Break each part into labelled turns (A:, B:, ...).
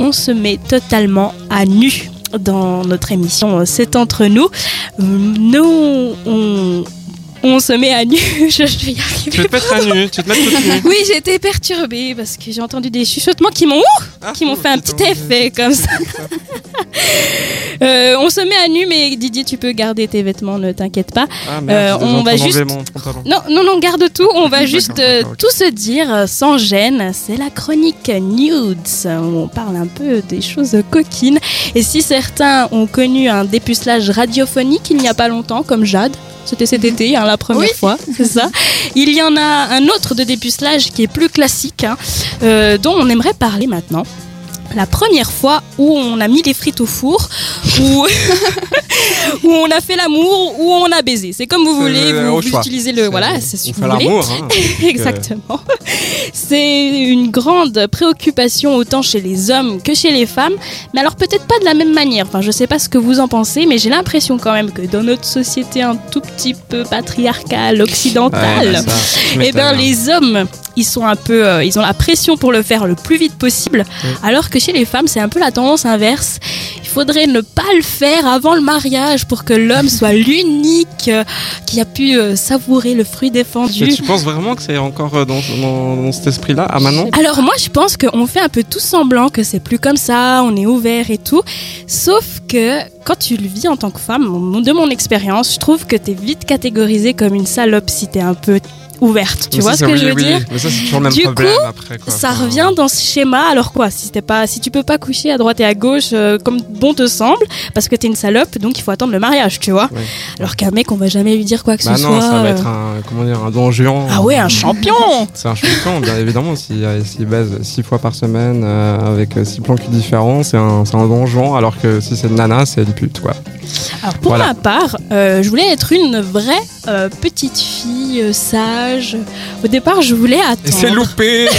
A: on se met totalement à nu dans notre émission euh, C'est entre nous. Nous, on, on se met à nu. Je, je vais y arriver.
B: Tu veux te mettre à nu, tu veux te mettre toute nue.
A: Oui, j'ai été perturbée parce que j'ai entendu des chuchotements qui m'ont ouh,
B: Ah,
A: qui m'ont
B: cool,
A: fait un
B: putain,
A: petit effet comme ça. Euh, on se met à nu, mais Didier, tu peux garder tes vêtements, ne t'inquiète pas.
B: Ah, merde,
A: Euh, on
B: on
A: va
B: va juste.
A: juste- Non, non, non, garde tout. On va juste euh,
B: d'accord, ok.
A: tout se dire euh, sans gêne. C'est la chronique Nudes, où on parle un peu des choses coquines. Et si certains ont connu un dépucelage radiophonique il n'y a pas longtemps, comme Jade, c'était cet
B: Mhm.
A: été, hein, la première
C: Oui.
A: fois, c'est ça. Il y en a un autre de dépucelage qui est plus classique, hein, euh, dont on aimerait parler maintenant. La première fois où on a mis les frites au four, où, où on a fait l'amour, où on a baisé. C'est comme vous
B: C'est
A: voulez,
B: le-
A: vous,
B: au
A: vous
B: choix.
A: utilisez le. Voilà, c'est ce
B: On
A: que
B: fait
A: vous voulez.
B: l'amour, hein.
A: Exactement. C'est une grande préoccupation autant chez les hommes que chez les femmes, mais alors peut-être pas de la même manière. Enfin, je sais pas ce que vous en pensez, mais j'ai l'impression quand même que dans notre société un tout petit peu patriarcale, occidentale,
B: Ouais, bah, ça, tu
A: eh ben
B: m'étonnes.
A: les hommes, ils sont un peu, euh, ils ont la pression pour le faire le plus vite possible,
B: Ouais.
A: alors que chez les femmes, c'est un peu la tendance inverse. Il faudrait ne pas le faire avant le mariage pour que l'homme soit l'unique euh, qui a pu euh, savourer le fruit défendu.
B: Mais tu penses vraiment que c'est encore euh, dans, dans- dans cet esprit-là Ah, maintenant
A: Alors moi je pense qu'on fait un peu tout semblant que c'est plus comme ça, on est ouvert et tout. Sauf que quand tu le vis en tant que femme, de mon expérience, je trouve que t'es vite catégorisée comme une salope si t'es un peu ouverte. Tu
B: Mais
A: vois ce
B: ça, c'est
A: que
B: oui,
A: je veux
B: oui.
A: dire
B: Mais ça, c'est toujours le même
A: Du
B: problème après. Quoi.
A: ça
B: Enfin,
A: revient dans ce schéma, alors quoi si, t'es pas, si tu peux pas coucher à droite et à gauche euh, comme bon te semble, parce que t'es une salope, donc il faut attendre le mariage, tu vois.
B: Ouais.
A: Alors qu'un mec, on va jamais lui dire quoi que
B: Bah
A: ce
B: non,
A: soit.
B: ça va
A: euh.
B: être un, comment dire, un don juan.
A: Ah ouais, un champion
B: C'est un champion, bien évidemment. S'il euh, s'il baise six fois par semaine euh, avec euh, six plans cul différents, c'est un, c'est un don juan, alors que si c'est une nana, c'est une pute, quoi.
A: Alors Ah, pour
B: Voilà.
A: ma part, euh, je voulais être une vraie euh, petite fille euh, sage. Au départ, je voulais
B: Et c'est
A: attendre
B: loupé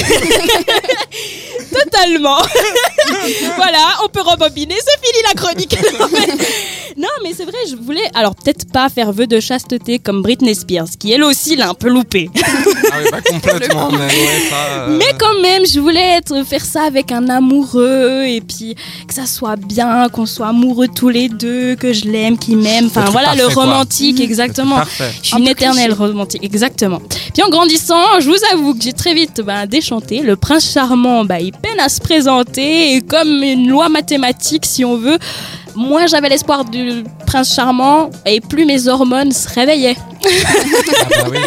A: totalement. voilà, on peut rebobiner, c'est fini la chronique. non mais, non, mais c'est vrai, je voulais alors peut-être pas faire vœu de chasteté comme Britney Spears, qui elle aussi l'a un peu loupé.
B: Ah oui, pas complètement, mais ouais, ça... euh,
A: Mais quand même, je voulais être faire ça avec un amoureux et puis que ça soit bien, qu'on soit amoureux tous les deux, que je l'aime, qu'il m'aime. Enfin
B: truc
A: voilà, le
B: parfait, quoi. Mmh.
A: romantique
C: Mhm.
A: exactement.
B: Parfait.
A: Je suis une éternelle romantique, exactement. Puis en grandissant, je vous avoue que j'ai très vite ben, déchanté. Le prince charmant, ben, il peine à se présenter. Et comme une loi mathématique, si on veut, moins j'avais l'espoir du prince charmant et plus mes hormones se réveillaient.
B: Ah bah oui.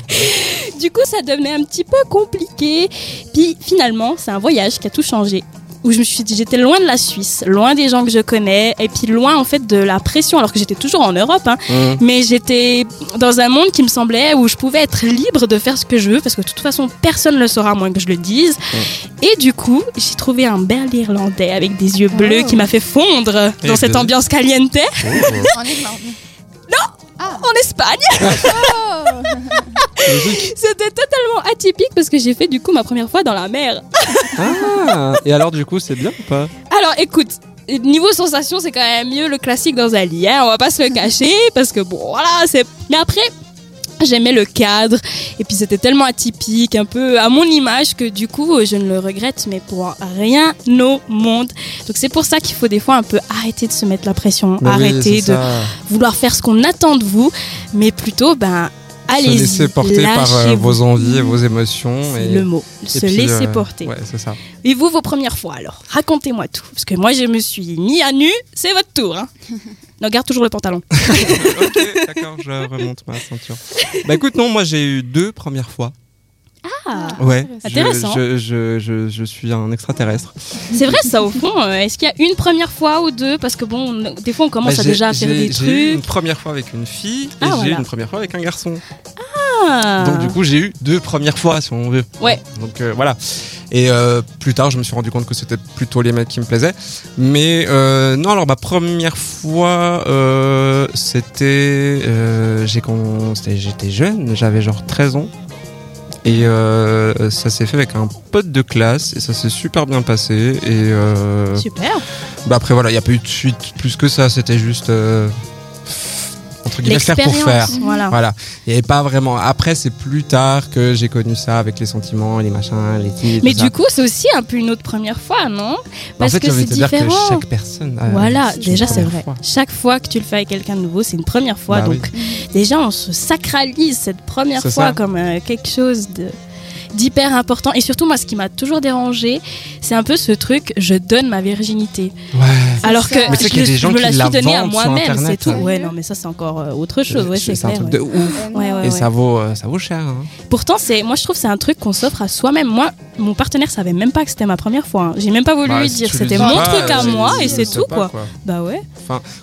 A: Du coup, ça devenait un petit peu compliqué. Puis finalement, c'est un voyage qui a tout changé. Où je me suis dit, j'étais loin de la Suisse, loin des gens que je connais, et puis loin en fait de la pression, alors que j'étais toujours en Europe. hein.
B: Mmh.
A: Mais j'étais dans un monde qui me semblait où je pouvais être libre de faire ce que je veux, parce que de toute façon, personne ne le saura à moins que je le dise. Et du coup, j'ai trouvé un bel Irlandais avec des yeux bleus
C: Oh.
A: qui m'a fait fondre
B: Et
A: dans cette
B: de-
A: ambiance caliente
B: Oh.
C: En Irlande.
A: en Espagne.
C: Oh.
A: C'était totalement atypique parce que j'ai fait du coup ma première fois dans la mer.
B: Ah, et alors du coup, c'est bien ou pas
A: Alors écoute. Niveau sensation, c'est quand même mieux le classique dans un lit, hein, on va pas se le cacher, parce que bon, voilà, c'est. Mais après, j'aimais le cadre, et puis c'était tellement atypique, un peu à mon image, que du coup, je ne le regrette, mais pour rien au monde. Donc c'est pour ça qu'il faut des fois un peu arrêter de se mettre la pression,
B: Mais Bah oui,
A: arrêter
B: c'est
A: de
B: ça.
A: vouloir faire ce qu'on attend de vous, mais plutôt, ben,
B: Se
A: allez-y.
B: laisser porter par euh,
A: lâchez-vous.
B: vos envies et vos émotions.
A: C'est
B: Et,
A: le mot,
B: et
A: se
B: puis,
A: laisser
B: euh,
A: porter.
B: Ouais, c'est ça.
A: Et vous, vos premières fois alors Racontez-moi tout. Parce que moi, je me suis mis à nu, c'est votre tour. Hein. non, garde toujours le pantalon.
B: ok, d'accord, je remonte ma ceinture. Bah écoute, non, moi j'ai eu deux premières fois.
A: Ah,
B: Ouais.
C: Euh,
B: Je-
A: Intéressant.
B: Je, je, je, je suis un extraterrestre.
A: c'est vrai ça au fond. euh, Est-ce qu'il y a une première fois ou deux Parce que bon, on- des fois, on commence
B: Bah,
A: à
B: j'ai-
A: déjà à faire
B: j'ai-
A: des
B: J'ai eu une
A: trucs.
B: première fois avec une fille et
A: Ah,
B: j'ai eu
A: voilà.
B: une première fois avec un garçon.
A: Ah.
B: Donc du coup, j'ai eu deux premières fois, si on veut.
A: Ouais.
B: Donc euh, voilà. Et euh, plus tard, je me suis rendu compte que c'était plutôt les mecs qui me plaisaient. Mais euh, non, alors ma première fois, euh, c'était, euh, j'ai con- c'était- j'étais jeune, j'avais genre 13 ans. Et euh, ça s'est fait avec un pote de classe et ça s'est super bien passé. Et euh,
A: Super.
B: bah après voilà, il n'y a pas eu de suite plus que ça, c'était juste... euh, on entre guillemets faire pour faire.
A: Voilà.
B: Voilà. Et pas vraiment. Après, c'est plus tard que j'ai connu ça avec les sentiments, les machins, les titres.
A: Mais du coup, c'est aussi un peu une autre première fois, non
B: Bah, en
A: Parce
B: fait,
A: que
B: j'ai envie
A: c'est
B: de te dire que
A: différent.
B: chaque personne. euh, a-
A: Voilà,
B: une
A: déjà c'est
B: première
A: vrai.
B: fois.
A: Chaque fois que tu le fais avec quelqu'un de nouveau, c'est une première fois.
B: Bah
A: donc déjà, on se sacralise cette première
B: C'est
A: fois
B: ça.
A: comme euh, quelque chose de d'hyper important. Et surtout, moi, ce qui m'a toujours dérangé, c'est un peu ce truc, je donne ma virginité.
B: Ouais.
A: Alors que
C: ça. Mais
B: tu sais
A: je,
B: qu'il y a
A: le-
B: des gens
A: je me
B: qui
A: la
B: la
A: suis donnée à
B: vendent sur
A: moi-même, c'est
B: Internet,
A: tout.
B: hein.
A: Ouais, non, mais ça, c'est encore euh, autre chose. Ouais, c'est
B: C'est un
A: clair.
B: truc
A: ouais.
B: de ouf.
A: Ouais, ouais, ouais.
B: Et ça vaut, euh, ça vaut cher. hein.
A: Pourtant, c'est, moi, je trouve que c'est un truc qu'on s'offre à soi-même. Moi, mon partenaire savait même pas que c'était ma première fois. hein. J'ai même pas voulu
B: Bah,
A: lui
B: si
A: dire.
B: tu lui
A: C'était
B: dis
A: mon
B: pas,
A: truc à
B: euh,
A: moi
B: je
A: et c'est
B: sais
A: tout,
B: pas, Ah,
A: quoi. Bah ouais.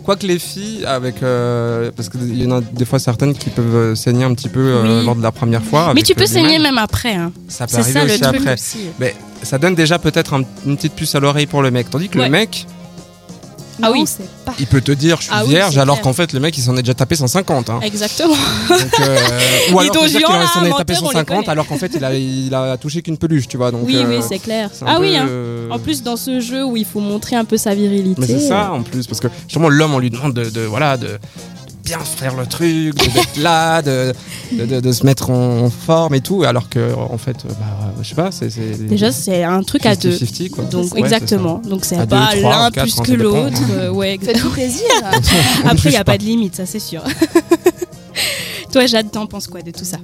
B: Quoique les filles, avec euh, parce qu'il y en a des fois certaines qui peuvent euh, saigner un petit peu euh,
A: Oui.
B: lors de la première fois.
A: Mais
B: avec,
A: tu
B: euh,
A: peux
B: du
A: saigner
B: mal.
A: même après. hein.
B: Ça peut
A: C'est
B: arriver
A: ça le
B: aussi
A: truc
B: après.
A: aussi.
B: Mais ça donne déjà peut-être un- une petite puce à l'oreille pour le mec. Tandis que
A: Ouais.
B: le mec,
A: Ah
C: Non,
A: oui.
C: c'est pas.
B: il peut te dire je suis
A: Ah oui,
B: vierge,
A: c'est
B: alors
A: clair.
B: qu'en fait le mec il s'en est déjà tapé 150. hein.
A: Exactement.
B: Donc, euh, ou
A: Ils
B: alors te
A: t'ont
B: dire
A: dit,
B: qu'il
A: oh là,
B: s'en est
A: menteur,
B: tapé
A: on les
B: 150
A: connaît.
B: alors qu'en fait il a, il a touché qu'une peluche, tu vois. Donc,
A: oui,
B: euh,
A: oui, c'est clair.
B: c'est un
A: Ah
B: peu,
A: oui, hein.
B: euh,
A: en plus dans ce jeu où il faut montrer un peu sa virilité.
B: Mais c'est ça en plus, parce que sûrement l'homme on lui demande de, de- voilà de bien faire le truc, de- d'être là, de, de, de- de se mettre en, en forme et tout, alors que en fait, euh, bah, je sais pas, c'est c'est-
A: Déjà, c'est un truc à deux.
B: 50-50, quoi.
A: Donc
B: Ouais,
A: exactement. Donc
B: À
A: c'est
B: deux,
A: pas
B: trois,
A: l'un
B: quatre,
A: plus
B: hein,
A: que
B: ça dépend.
A: l'autre. euh, ouais. exact-
C: Faites-vous plaisir.
B: c'est ça. On
A: Après, il
B: juge
A: n'y a pas de limite, ça c'est sûr. Toi, Jade, t'en penses quoi de tout ça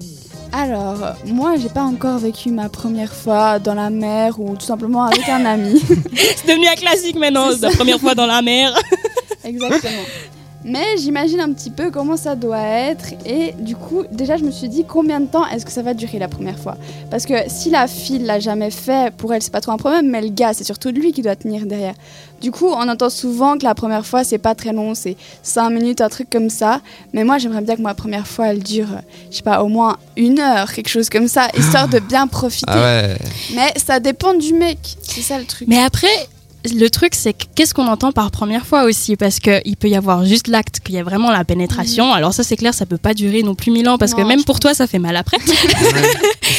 C: Alors, euh, moi, j'ai pas encore vécu ma première fois dans la mer ou tout simplement avec un ami.
A: C'est devenu un classique maintenant.
C: C'est
A: C'est la première fois dans la mer.
C: Exactement. Mais j'imagine un petit peu comment ça doit être. Et du coup, déjà, je me suis dit combien de temps est-ce que ça va durer la première fois Parce que si la fille l'a jamais fait, pour elle, c'est pas trop un problème, mais le gars, c'est surtout lui qui doit tenir derrière. Du coup, on entend souvent que la première fois, c'est pas très long, c'est 5 minutes, un truc comme ça. Mais moi, j'aimerais bien que ma première fois, elle dure, euh, je sais pas, au moins une heure, quelque chose comme ça, histoire de bien profiter.
B: Ah ouais.
C: Mais ça dépend du mec, c'est ça le truc.
A: Mais après, le truc, c'est que qu'est-ce qu'on entend par première fois aussi Parce qu'il peut y avoir juste l'acte, qu'il y a vraiment la pénétration. Alors, ça, c'est clair, ça peut pas durer non plus mille ans parce que
C: Non,
A: même
C: je
A: pour toi, ça fait mal après.
B: Ouais.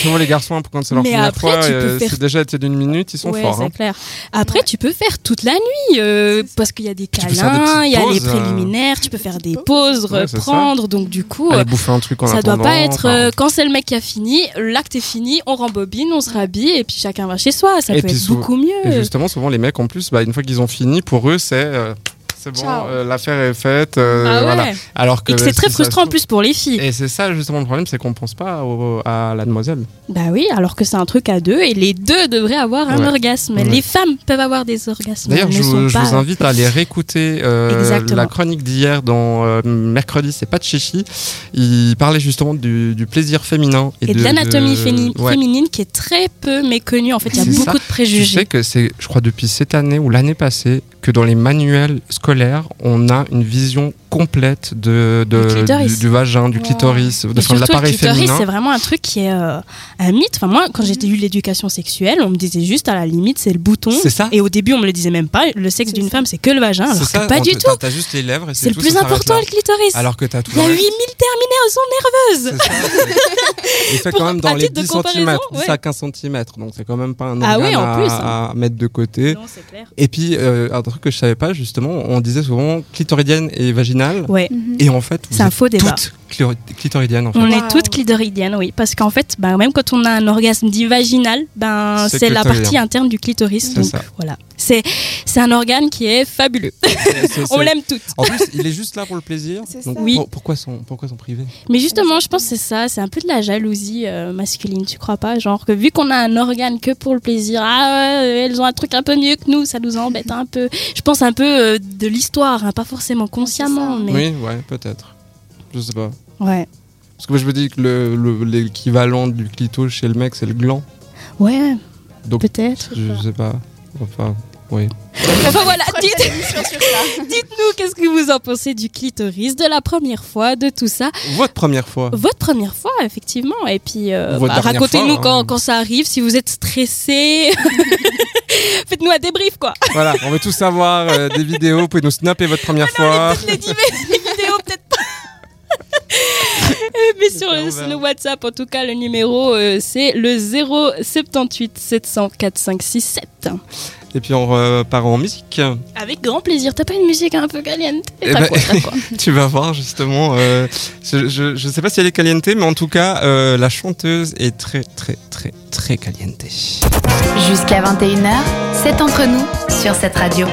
B: Souvent les garçons quand c'est leur
A: Mais
B: première
A: après,
B: fois,
A: tu peux
B: euh,
A: faire-
B: c'est déjà été d'une minute, ils sont
A: ouais,
B: forts.
A: c'est
B: hein.
A: clair. Après, tu peux faire toute la nuit euh, parce qu'il y a des
B: peux faire des
A: câlins, il y a les
B: petites pauses, euh,
A: préliminaires, tu peux faire des pauses,
B: Ouais, c'est ça.
A: reprendre. Donc, du coup. euh,
B: Aller bouffer un truc en
A: ça doit
B: attendant,
A: pas être
B: enfin.
A: euh, quand c'est le mec qui a fini, l'acte est fini, on rembobine, on se rhabille et puis chacun va chez soi. Ça
B: Et
A: peut
B: puis
A: être
B: sou-
A: beaucoup
B: Et
A: mieux.
B: justement, souvent les mecs en plus, bah, une fois qu'ils ont fini, pour eux c'est euh, c'est bon,
C: Ciao.
B: euh, l'affaire est faite. euh,
A: Ah ouais.
B: voilà. Alors que
A: Et que c'est
B: si
A: très
B: ça se
A: frustrant en
B: trouve-
A: plus pour les filles.
B: Et c'est ça justement le problème, c'est qu'on pense pas au- à la demoiselle.
A: Bah oui, alors que c'est un truc à deux et les deux devraient avoir un
B: Ouais.
A: orgasme.
B: Ouais.
A: Les femmes peuvent avoir des orgasmes.
B: D'ailleurs,
A: elles
B: je,
A: ne
B: vous-
A: sont
B: je
A: pas-
B: vous invite à aller réécouter euh,
A: Exactement.
B: la chronique d'hier dans euh, mercredi, c'est pas de chichi. Il parlait justement du, du plaisir féminin
A: Et de l'anatomie fémini-
B: féminine.
A: féminine qui est très peu méconnue. En fait, il y a
B: C'est ça.
A: beaucoup de
B: Tu
A: préjugés.
B: sais que c'est, je crois, depuis cette année ou l'année passée, que dans les manuels scolaires, on a une vision complète de, de-
A: Du clitoris.
B: du, du vagin, du
C: Wow.
B: clitoris, de,
A: Et
B: enfin, de
A: surtout, le
B: l'appareil
A: clitoris,
B: féminin.
A: c'est vraiment un truc qui est euh, un mythe. Enfin, moi, quand j'étais eu l'éducation sexuelle, on me disait juste à la limite, c'est le bouton.
B: C'est ça.
A: Et au début, on me le disait même pas. Le sexe
C: C'est
A: d'une
C: ça.
A: femme, c'est que le vagin.
B: C'est
A: Alors
B: ça,
A: que pas
B: on
A: du
B: te-
A: tout.
B: t'as- T'as juste les lèvres et c'est,
A: C'est le
B: tout,
A: plus
B: ça s'arrête
A: important,
B: là.
A: le clitoris.
B: Alors que t'as tout.
A: il y a
B: le
A: 8000
B: reste.
A: terminaisons nerveuses.
B: C'est ça, c'est- Il fait
A: Pour-
B: quand même dans
A: à
B: les
A: titre de
B: 10
A: comparaison,
B: cm,
A: ouais.
B: 10 à 15 cm. Donc c'est quand même pas un
A: Ah
B: organe
A: ouais, en
B: à-
A: plus,
B: à,
A: hein.
B: mettre de côté.
A: Non, c'est clair.
B: Et puis, euh, un truc que je savais pas, justement, on disait souvent clitoridienne et vaginale.
A: Ouais.
C: Mhm.
B: Et en fait, vous
A: C'est un
B: êtes
A: faux débat.
B: toutes clitori- clitoridiennes. En fait.
A: On est
C: Waouh.
A: toutes clitoridiennes, oui, parce qu'en fait, ben, même quand on a un orgasme dit vaginal, ben
B: C'est
A: c'est la
B: clitoridien.
A: partie interne du clitoris.
B: C'est
A: Donc
B: ça.
A: voilà, c'est c'est un organe qui est fabuleux.
B: C'est- c'est-
A: On
B: c'est-
A: l'aime toutes.
B: En plus, il est juste là pour le plaisir.
C: C'est
B: Donc,
C: ça.
A: Oui.
B: pour- pourquoi son pourquoi son privé
A: Mais justement, je pense que c'est ça, c'est un peu de la jalousie euh, masculine, tu crois pas Genre que vu qu'on a un organe que pour le plaisir, ah ouais, elles ont un truc un peu mieux que nous, ça nous embête un peu. Je pense un peu euh, de l'histoire, hein, pas forcément consciemment,
C: ça.
A: mais
B: Oui, ouais, peut-être. Je sais pas.
A: ouais,
B: Parce que moi, je me dis que le- le- l'équivalent du clito chez le mec, c'est le gland.
A: ouais,
B: Donc,
A: peut-être.
B: je sais pas. Enfin, oui.
A: Enfin voilà, dites-
C: Prochaine émission sur ça.
A: dites-nous qu'est-ce que vous en pensez du clitoris, de la première fois, de tout ça.
B: Votre première fois.
A: Votre première fois, effectivement. Et puis, euh,
B: Ou votre
A: bah,
B: dernière
A: racontez-nous
B: fois,
A: quand,
B: hein.
A: quand ça arrive, si vous êtes stressé. Faites-nous un débrief, quoi.
B: Voilà, on veut tout savoir, euh, des vidéos, vous pouvez nous snapper votre première
A: Ah
B: fois.
A: Peut-être les, divers- les vidéos, peut-être pas. Euh, Mais sur,
B: Super, on
A: sur
B: verra.
A: le WhatsApp, en tout cas, le numéro, euh, c'est le 078 700 456 7.
B: Et puis on repart en musique.
A: Avec grand plaisir. T'as pas une musique un peu caliente
B: Eh ben, tu vas voir justement. euh, je, je, je sais pas si elle est caliente, mais en tout cas, euh, la chanteuse est très très très très caliente.
D: Jusqu'à 21h, c'est entre nous sur cette radio.